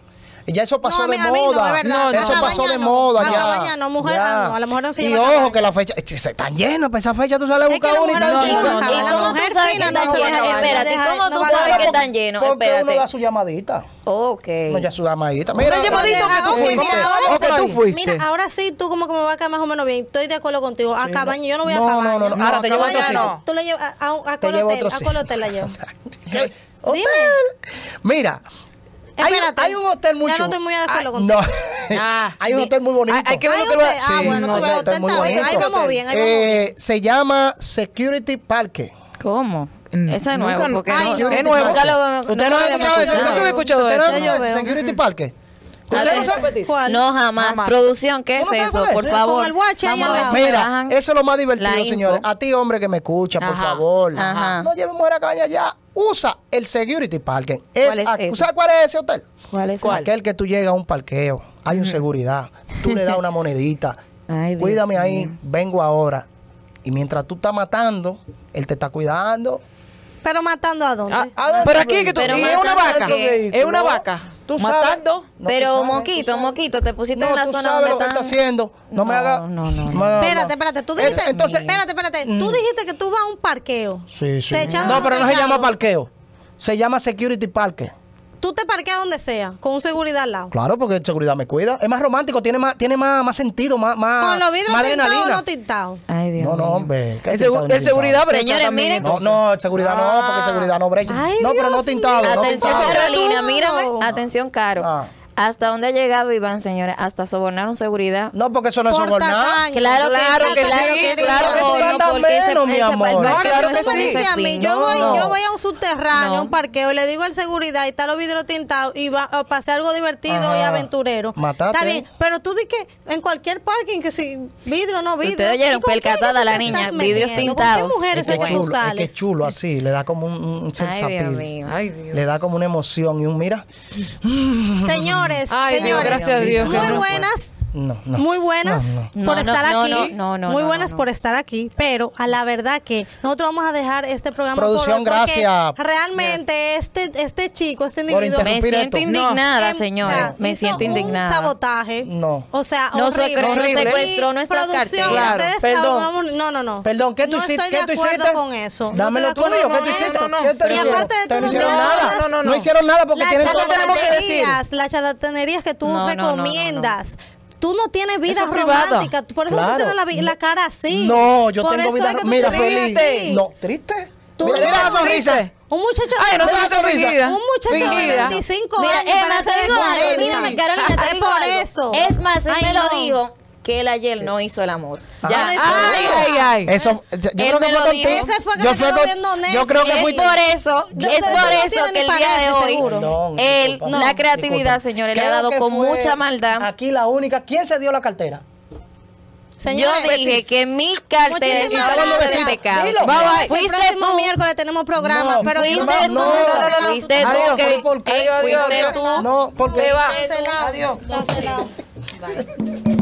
[SPEAKER 2] Ya eso pasó
[SPEAKER 3] No, a mí-
[SPEAKER 2] de
[SPEAKER 3] a mí no,
[SPEAKER 2] moda.
[SPEAKER 3] es verdad.
[SPEAKER 2] Eso
[SPEAKER 4] A la
[SPEAKER 2] pasó
[SPEAKER 3] cabaña
[SPEAKER 2] de
[SPEAKER 3] no.
[SPEAKER 2] moda
[SPEAKER 3] A
[SPEAKER 2] ya.
[SPEAKER 3] cabaña no, mujer,
[SPEAKER 2] Ya.
[SPEAKER 3] ah, no, a la mujer no se
[SPEAKER 2] Y
[SPEAKER 3] lleva a
[SPEAKER 2] ojo
[SPEAKER 3] cabaña.
[SPEAKER 2] que la fecha, se están llenas para esa fecha, tú sales a
[SPEAKER 3] Es que
[SPEAKER 2] buscar
[SPEAKER 3] la
[SPEAKER 2] una y
[SPEAKER 3] mujer no
[SPEAKER 2] no,
[SPEAKER 1] ¿Y
[SPEAKER 3] tiene
[SPEAKER 2] no,
[SPEAKER 1] cómo-
[SPEAKER 2] no,
[SPEAKER 3] cabaña,
[SPEAKER 1] y
[SPEAKER 3] la
[SPEAKER 2] no,
[SPEAKER 1] cómo
[SPEAKER 3] mujer
[SPEAKER 1] tú sabes
[SPEAKER 3] fina
[SPEAKER 1] que
[SPEAKER 3] no
[SPEAKER 1] están
[SPEAKER 3] se va a
[SPEAKER 1] llenas?
[SPEAKER 3] cabañar,
[SPEAKER 1] Espérate,
[SPEAKER 3] deja-
[SPEAKER 1] ¿cómo
[SPEAKER 3] no
[SPEAKER 1] tú
[SPEAKER 3] va a
[SPEAKER 1] sabes que
[SPEAKER 3] cabañar.
[SPEAKER 1] están llenas?
[SPEAKER 2] Porque uno da
[SPEAKER 1] Espérate.
[SPEAKER 2] su llamadita.
[SPEAKER 1] Ok.
[SPEAKER 2] No, ya su llamadita. Mira,
[SPEAKER 4] Una llamadita
[SPEAKER 2] oye,
[SPEAKER 4] que tú
[SPEAKER 2] oye,
[SPEAKER 4] fuiste.
[SPEAKER 2] oye,
[SPEAKER 3] ahora
[SPEAKER 4] O que
[SPEAKER 2] oye,
[SPEAKER 4] tú fuiste.
[SPEAKER 3] Mira, ahora sí, tú como que me va a caer más o menos bien. Estoy de acuerdo contigo. A
[SPEAKER 2] Sí,
[SPEAKER 3] cabaña, yo no voy a
[SPEAKER 2] no,
[SPEAKER 3] cabaña.
[SPEAKER 2] No, no, no. Ahora te
[SPEAKER 4] No,
[SPEAKER 2] llevo
[SPEAKER 4] cabaña
[SPEAKER 2] otro sitio.
[SPEAKER 4] no.
[SPEAKER 3] Tú le llevas a, a, a
[SPEAKER 2] Te llevo
[SPEAKER 3] Colotel,
[SPEAKER 2] otro
[SPEAKER 3] a
[SPEAKER 2] sitio.
[SPEAKER 3] Colotel la llevo.
[SPEAKER 2] ¿Qué? Hotel. Mira. Hay, un-
[SPEAKER 3] Espérate.
[SPEAKER 2] hay un hotel muy
[SPEAKER 3] Ya
[SPEAKER 2] chulo.
[SPEAKER 3] no estoy muy de acuerdo
[SPEAKER 2] Ah,
[SPEAKER 3] contigo.
[SPEAKER 2] No.
[SPEAKER 4] Ah,
[SPEAKER 2] hay un
[SPEAKER 4] di-
[SPEAKER 2] hotel muy bonito.
[SPEAKER 4] Hay- hay que ver
[SPEAKER 3] Ay,
[SPEAKER 4] lo que lo-
[SPEAKER 3] usted- ah,
[SPEAKER 4] Sí,
[SPEAKER 3] bueno,
[SPEAKER 2] no,
[SPEAKER 3] tú ves
[SPEAKER 2] ya está
[SPEAKER 3] hotel,
[SPEAKER 2] muy
[SPEAKER 3] está bien. Ahí
[SPEAKER 2] bonito.
[SPEAKER 3] vamos bien, ahí vamos bien.
[SPEAKER 2] Eh, se llama Security Parque.
[SPEAKER 1] ¿Cómo?
[SPEAKER 4] Mm,
[SPEAKER 1] Eso es
[SPEAKER 4] nunca-
[SPEAKER 1] nuevo. porque
[SPEAKER 3] Ay,
[SPEAKER 1] no-
[SPEAKER 3] no.
[SPEAKER 4] Es nuevo.
[SPEAKER 1] Nunca lo,
[SPEAKER 2] ¿Usted no ha escuchado eso?
[SPEAKER 4] escuchado.
[SPEAKER 2] ¿Usted no ha
[SPEAKER 4] escuchado
[SPEAKER 2] escuchado
[SPEAKER 3] eso.
[SPEAKER 2] eso? Security Parque. ¿Usted no sabe?
[SPEAKER 3] ¿Cuál?
[SPEAKER 1] No, jamás.
[SPEAKER 4] Jamás.
[SPEAKER 1] Producción, ¿qué
[SPEAKER 2] ¿Tú
[SPEAKER 1] es
[SPEAKER 2] no sabes
[SPEAKER 1] eso?
[SPEAKER 2] cuál es?
[SPEAKER 1] Por
[SPEAKER 2] Sí.
[SPEAKER 1] favor.
[SPEAKER 3] Con el guache ahí
[SPEAKER 1] Vamos
[SPEAKER 3] al
[SPEAKER 1] a
[SPEAKER 3] lado.
[SPEAKER 1] ver si me
[SPEAKER 2] Mira,
[SPEAKER 1] bajan.
[SPEAKER 2] eso es lo más
[SPEAKER 1] la
[SPEAKER 2] divertido,
[SPEAKER 1] info.
[SPEAKER 2] señores. A ti, hombre que me escucha, por
[SPEAKER 4] Ajá,
[SPEAKER 2] favor.
[SPEAKER 1] ajá.
[SPEAKER 2] No lleve mujer a caña ya. Usa el security parking.
[SPEAKER 1] ¿Cuál es
[SPEAKER 2] a-
[SPEAKER 1] ese?
[SPEAKER 2] ¿Sabes cuál es ese hotel?
[SPEAKER 1] ¿Cuál es?
[SPEAKER 2] Aquel que tú llegas a un parqueo, hay un seguridad, tú le das una monedita,
[SPEAKER 1] Ay, Dios
[SPEAKER 2] cuídame
[SPEAKER 1] mío.
[SPEAKER 2] ahí, vengo ahora. Y mientras tú estás matando, él te está cuidando.
[SPEAKER 3] Pero matando a dónde.
[SPEAKER 4] Ah,
[SPEAKER 2] A ver,
[SPEAKER 4] pero aquí es que tú
[SPEAKER 1] pero
[SPEAKER 4] y es una
[SPEAKER 1] matando
[SPEAKER 4] vaca.
[SPEAKER 1] que-
[SPEAKER 4] Es una vaca.
[SPEAKER 2] Tú sabes.
[SPEAKER 4] Matando.
[SPEAKER 2] No,
[SPEAKER 1] Pero,
[SPEAKER 2] tú sabes,
[SPEAKER 1] Moquito,
[SPEAKER 2] tú sabes.
[SPEAKER 1] Moquito, te pusiste
[SPEAKER 2] No,
[SPEAKER 1] en la
[SPEAKER 2] tú
[SPEAKER 1] zona
[SPEAKER 2] sabes
[SPEAKER 1] donde
[SPEAKER 2] lo que está
[SPEAKER 1] están-
[SPEAKER 2] haciendo. No, me
[SPEAKER 1] No,
[SPEAKER 2] haga.
[SPEAKER 1] no, no, no.
[SPEAKER 3] Espérate, espérate, tú dijiste,
[SPEAKER 2] Es- entonces-
[SPEAKER 3] espérate, espérate, tú dijiste que tú vas a un parqueo.
[SPEAKER 2] Sí, sí.
[SPEAKER 3] Techado
[SPEAKER 2] No,
[SPEAKER 3] o
[SPEAKER 2] pero no se
[SPEAKER 3] techado.
[SPEAKER 2] llama parqueo. Se llama security parque.
[SPEAKER 3] Tú te parqueas donde sea, con un seguridad al lado.
[SPEAKER 2] Claro, porque seguridad me cuida. Es más romántico, tiene más, tiene más, más sentido, más, más,
[SPEAKER 3] Con los vidrios
[SPEAKER 2] más
[SPEAKER 3] tintados o
[SPEAKER 2] adrenalina.
[SPEAKER 3] no tintados.
[SPEAKER 1] Ay, Dios
[SPEAKER 2] No, no,
[SPEAKER 1] mío.
[SPEAKER 2] hombre. ¿qué
[SPEAKER 4] El,
[SPEAKER 2] tintado
[SPEAKER 4] segu-
[SPEAKER 2] ni
[SPEAKER 4] el seguridad
[SPEAKER 2] tintado?
[SPEAKER 4] brecha
[SPEAKER 1] Señores,
[SPEAKER 4] también,
[SPEAKER 1] miren-
[SPEAKER 2] No,
[SPEAKER 4] entonces.
[SPEAKER 2] no, el seguridad no, porque
[SPEAKER 4] Ah.
[SPEAKER 2] seguridad no brecha.
[SPEAKER 3] Ay,
[SPEAKER 2] no, pero no
[SPEAKER 3] Dios
[SPEAKER 2] tintado.
[SPEAKER 3] mío.
[SPEAKER 2] no
[SPEAKER 1] Atención,
[SPEAKER 2] tintado.
[SPEAKER 1] Carolina,
[SPEAKER 3] Arturo.
[SPEAKER 1] mírame. Atención, Caro.
[SPEAKER 2] Ah.
[SPEAKER 1] ¿Hasta dónde ha llegado Iván, señores? Hasta sobornar un seguridad.
[SPEAKER 2] No, porque eso no es
[SPEAKER 3] Por
[SPEAKER 2] sobornar.
[SPEAKER 3] tacaño.
[SPEAKER 1] Claro,
[SPEAKER 4] Claro
[SPEAKER 1] que,
[SPEAKER 4] que
[SPEAKER 1] sí, claro
[SPEAKER 4] sí,
[SPEAKER 1] que sí,
[SPEAKER 4] claro que
[SPEAKER 1] no,
[SPEAKER 4] sí.
[SPEAKER 1] no,
[SPEAKER 2] Anda
[SPEAKER 1] porque ese,
[SPEAKER 2] menos, mi
[SPEAKER 1] ese
[SPEAKER 2] amor.
[SPEAKER 1] parqueo
[SPEAKER 2] No,
[SPEAKER 3] Ahora,
[SPEAKER 1] no
[SPEAKER 4] claro
[SPEAKER 3] si
[SPEAKER 1] es
[SPEAKER 3] tú
[SPEAKER 4] que
[SPEAKER 3] me
[SPEAKER 4] sí.
[SPEAKER 3] dices a mí, yo
[SPEAKER 1] No.
[SPEAKER 3] voy, yo voy a un subterráneo,
[SPEAKER 1] No.
[SPEAKER 3] a un parqueo, y le digo al seguridad, y está los vidrios tintados, y va a pasar algo divertido
[SPEAKER 2] Ajá.
[SPEAKER 3] y aventurero.
[SPEAKER 2] Matate.
[SPEAKER 3] Está bien, pero tú di que en cualquier parking, que si vidrio no vidrio.
[SPEAKER 1] Ustedes oyeron,
[SPEAKER 3] ¿y con qué
[SPEAKER 1] percatada
[SPEAKER 3] tú te
[SPEAKER 1] la
[SPEAKER 3] estás
[SPEAKER 1] niña,
[SPEAKER 3] metiendo?
[SPEAKER 1] vidrios tintados.
[SPEAKER 3] ¿Con qué
[SPEAKER 2] Es
[SPEAKER 3] mujeres
[SPEAKER 2] que,
[SPEAKER 3] es que tú
[SPEAKER 2] chulo, es que
[SPEAKER 3] sales?
[SPEAKER 2] es chulo así, le da como un, un
[SPEAKER 1] Ay, Dios
[SPEAKER 2] sensapil.
[SPEAKER 1] mío.
[SPEAKER 4] Ay, Dios.
[SPEAKER 2] Le da como una emoción y un mira.
[SPEAKER 3] Señores,
[SPEAKER 4] Ay, Dios,
[SPEAKER 3] señores,
[SPEAKER 4] gracias a Dios que
[SPEAKER 3] muy
[SPEAKER 4] no fue.
[SPEAKER 3] buenas.
[SPEAKER 2] No, no.
[SPEAKER 3] Muy buenas
[SPEAKER 2] No,
[SPEAKER 1] no.
[SPEAKER 3] por
[SPEAKER 1] No, no,
[SPEAKER 3] estar
[SPEAKER 1] no,
[SPEAKER 3] aquí.
[SPEAKER 1] no, no, no,
[SPEAKER 3] muy
[SPEAKER 1] no,
[SPEAKER 3] buenas
[SPEAKER 1] no.
[SPEAKER 3] por estar aquí. Pero a la verdad que nosotros vamos a dejar este programa.
[SPEAKER 2] Producción,
[SPEAKER 3] por hoy porque
[SPEAKER 2] gracias.
[SPEAKER 3] Realmente este, este chico, este
[SPEAKER 2] Por
[SPEAKER 3] individuo.
[SPEAKER 2] interrumpir
[SPEAKER 1] Me siento
[SPEAKER 2] esto.
[SPEAKER 1] indignada,
[SPEAKER 3] em,
[SPEAKER 1] señores.
[SPEAKER 3] o sea,
[SPEAKER 1] me
[SPEAKER 3] hizo
[SPEAKER 1] siento indignada.
[SPEAKER 3] Un sabotaje.
[SPEAKER 2] No.
[SPEAKER 3] O sea,
[SPEAKER 1] No
[SPEAKER 3] horrible.
[SPEAKER 1] secuestró,
[SPEAKER 4] Horrible.
[SPEAKER 1] secuestró nuestras
[SPEAKER 3] Producción,
[SPEAKER 1] carteras.
[SPEAKER 3] ustedes
[SPEAKER 2] Perdón.
[SPEAKER 3] ahogamos- no, no, no.
[SPEAKER 2] Perdón, ¿qué tú
[SPEAKER 3] no
[SPEAKER 2] hiciste?
[SPEAKER 3] Estoy de
[SPEAKER 2] ¿Qué tú
[SPEAKER 3] acuerdo
[SPEAKER 2] hiciste?
[SPEAKER 3] con eso. No
[SPEAKER 2] Dámelo
[SPEAKER 3] estoy de
[SPEAKER 2] tuyo,
[SPEAKER 3] acuerdo
[SPEAKER 2] ¿qué tú
[SPEAKER 3] con
[SPEAKER 2] hiciste?
[SPEAKER 3] eso.
[SPEAKER 4] No, no,
[SPEAKER 2] ¿Qué te
[SPEAKER 4] pero-
[SPEAKER 2] hicieron?
[SPEAKER 3] Y aparte de
[SPEAKER 2] Ustedes
[SPEAKER 3] todo,
[SPEAKER 2] no hicieron
[SPEAKER 3] mira,
[SPEAKER 2] nada.
[SPEAKER 3] no,
[SPEAKER 4] no, no.
[SPEAKER 2] No hicieron nada porque
[SPEAKER 3] las
[SPEAKER 2] tienen todo lo que
[SPEAKER 4] tenemos que decir.
[SPEAKER 3] charlatanerías, las charlatanerías que tú
[SPEAKER 1] No, no, no, no, no.
[SPEAKER 3] recomiendas. Tú no tienes vida
[SPEAKER 4] Eso es privada.
[SPEAKER 3] romántica. Por eso tú
[SPEAKER 2] Claro.
[SPEAKER 3] tienes la, vi- la cara así.
[SPEAKER 2] No, yo
[SPEAKER 3] Por
[SPEAKER 2] tengo
[SPEAKER 3] eso
[SPEAKER 2] vida.
[SPEAKER 3] es que tú
[SPEAKER 2] Mira,
[SPEAKER 3] te
[SPEAKER 2] feliz.
[SPEAKER 3] vives así.
[SPEAKER 2] No, triste.
[SPEAKER 3] Tú
[SPEAKER 2] Mira,
[SPEAKER 3] no.
[SPEAKER 2] mira la sonrisa.
[SPEAKER 3] Un muchacho
[SPEAKER 4] Ay, no
[SPEAKER 3] de-
[SPEAKER 4] se hace fingida.
[SPEAKER 3] Un muchacho de
[SPEAKER 4] Fingida.
[SPEAKER 3] 25
[SPEAKER 1] Mira,
[SPEAKER 3] años.
[SPEAKER 1] es más,
[SPEAKER 3] parece
[SPEAKER 1] te
[SPEAKER 3] de
[SPEAKER 1] digo algo,
[SPEAKER 3] 40.
[SPEAKER 1] mírame, Carolina, te
[SPEAKER 3] Es
[SPEAKER 1] digo
[SPEAKER 3] por
[SPEAKER 1] algo.
[SPEAKER 3] eso.
[SPEAKER 1] Es más, él
[SPEAKER 3] Ay,
[SPEAKER 1] me
[SPEAKER 3] no.
[SPEAKER 1] lo dijo que él ayer no hizo el amor. Ya. Ah,
[SPEAKER 3] Por eso
[SPEAKER 4] Ay,
[SPEAKER 3] digo.
[SPEAKER 4] ay, ay.
[SPEAKER 2] Eso, yo
[SPEAKER 1] Él
[SPEAKER 2] creo que
[SPEAKER 1] me lo
[SPEAKER 2] fue
[SPEAKER 1] dijo.
[SPEAKER 2] contigo.
[SPEAKER 3] Ese fue que
[SPEAKER 2] yo
[SPEAKER 3] se quedó
[SPEAKER 2] con-
[SPEAKER 3] viendo Netflix.
[SPEAKER 2] Yo creo que
[SPEAKER 1] es
[SPEAKER 2] fuiste.
[SPEAKER 1] por eso,
[SPEAKER 3] Yo-
[SPEAKER 1] es
[SPEAKER 3] eso
[SPEAKER 1] por
[SPEAKER 3] no
[SPEAKER 1] eso
[SPEAKER 3] tiene
[SPEAKER 1] que el
[SPEAKER 3] ni
[SPEAKER 1] día de
[SPEAKER 3] paréntesis,
[SPEAKER 1] hoy,
[SPEAKER 3] seguro.
[SPEAKER 2] Perdón,
[SPEAKER 1] él,
[SPEAKER 2] disculpa,
[SPEAKER 1] la
[SPEAKER 2] disculpa.
[SPEAKER 1] creatividad, señores, le ha
[SPEAKER 2] Creo
[SPEAKER 1] dado
[SPEAKER 2] que
[SPEAKER 1] con
[SPEAKER 2] fue
[SPEAKER 1] mucha maldad.
[SPEAKER 2] Aquí la única. ¿Quién se dio la cartera?
[SPEAKER 3] Señores,
[SPEAKER 1] Yo dije que mi cartera
[SPEAKER 3] Muchísimas
[SPEAKER 1] estaba libre de
[SPEAKER 3] gracias.
[SPEAKER 1] pecados.
[SPEAKER 2] Dilo.
[SPEAKER 1] Bye, bye.
[SPEAKER 3] el
[SPEAKER 1] Fuiste
[SPEAKER 3] próximo
[SPEAKER 1] tú.
[SPEAKER 3] miércoles tenemos programa,
[SPEAKER 2] No,
[SPEAKER 3] pero
[SPEAKER 1] Fuiste
[SPEAKER 3] tú-
[SPEAKER 2] no,
[SPEAKER 1] tú,
[SPEAKER 2] no,
[SPEAKER 3] cancelado,
[SPEAKER 1] fuiste tú,
[SPEAKER 2] Adiós,
[SPEAKER 1] que-
[SPEAKER 2] ¿por qué?
[SPEAKER 1] eh, fuiste
[SPEAKER 4] Adiós,
[SPEAKER 1] tú.
[SPEAKER 2] No, porque.
[SPEAKER 4] Se va.
[SPEAKER 3] cancelado,
[SPEAKER 4] Adiós.
[SPEAKER 3] cancelado.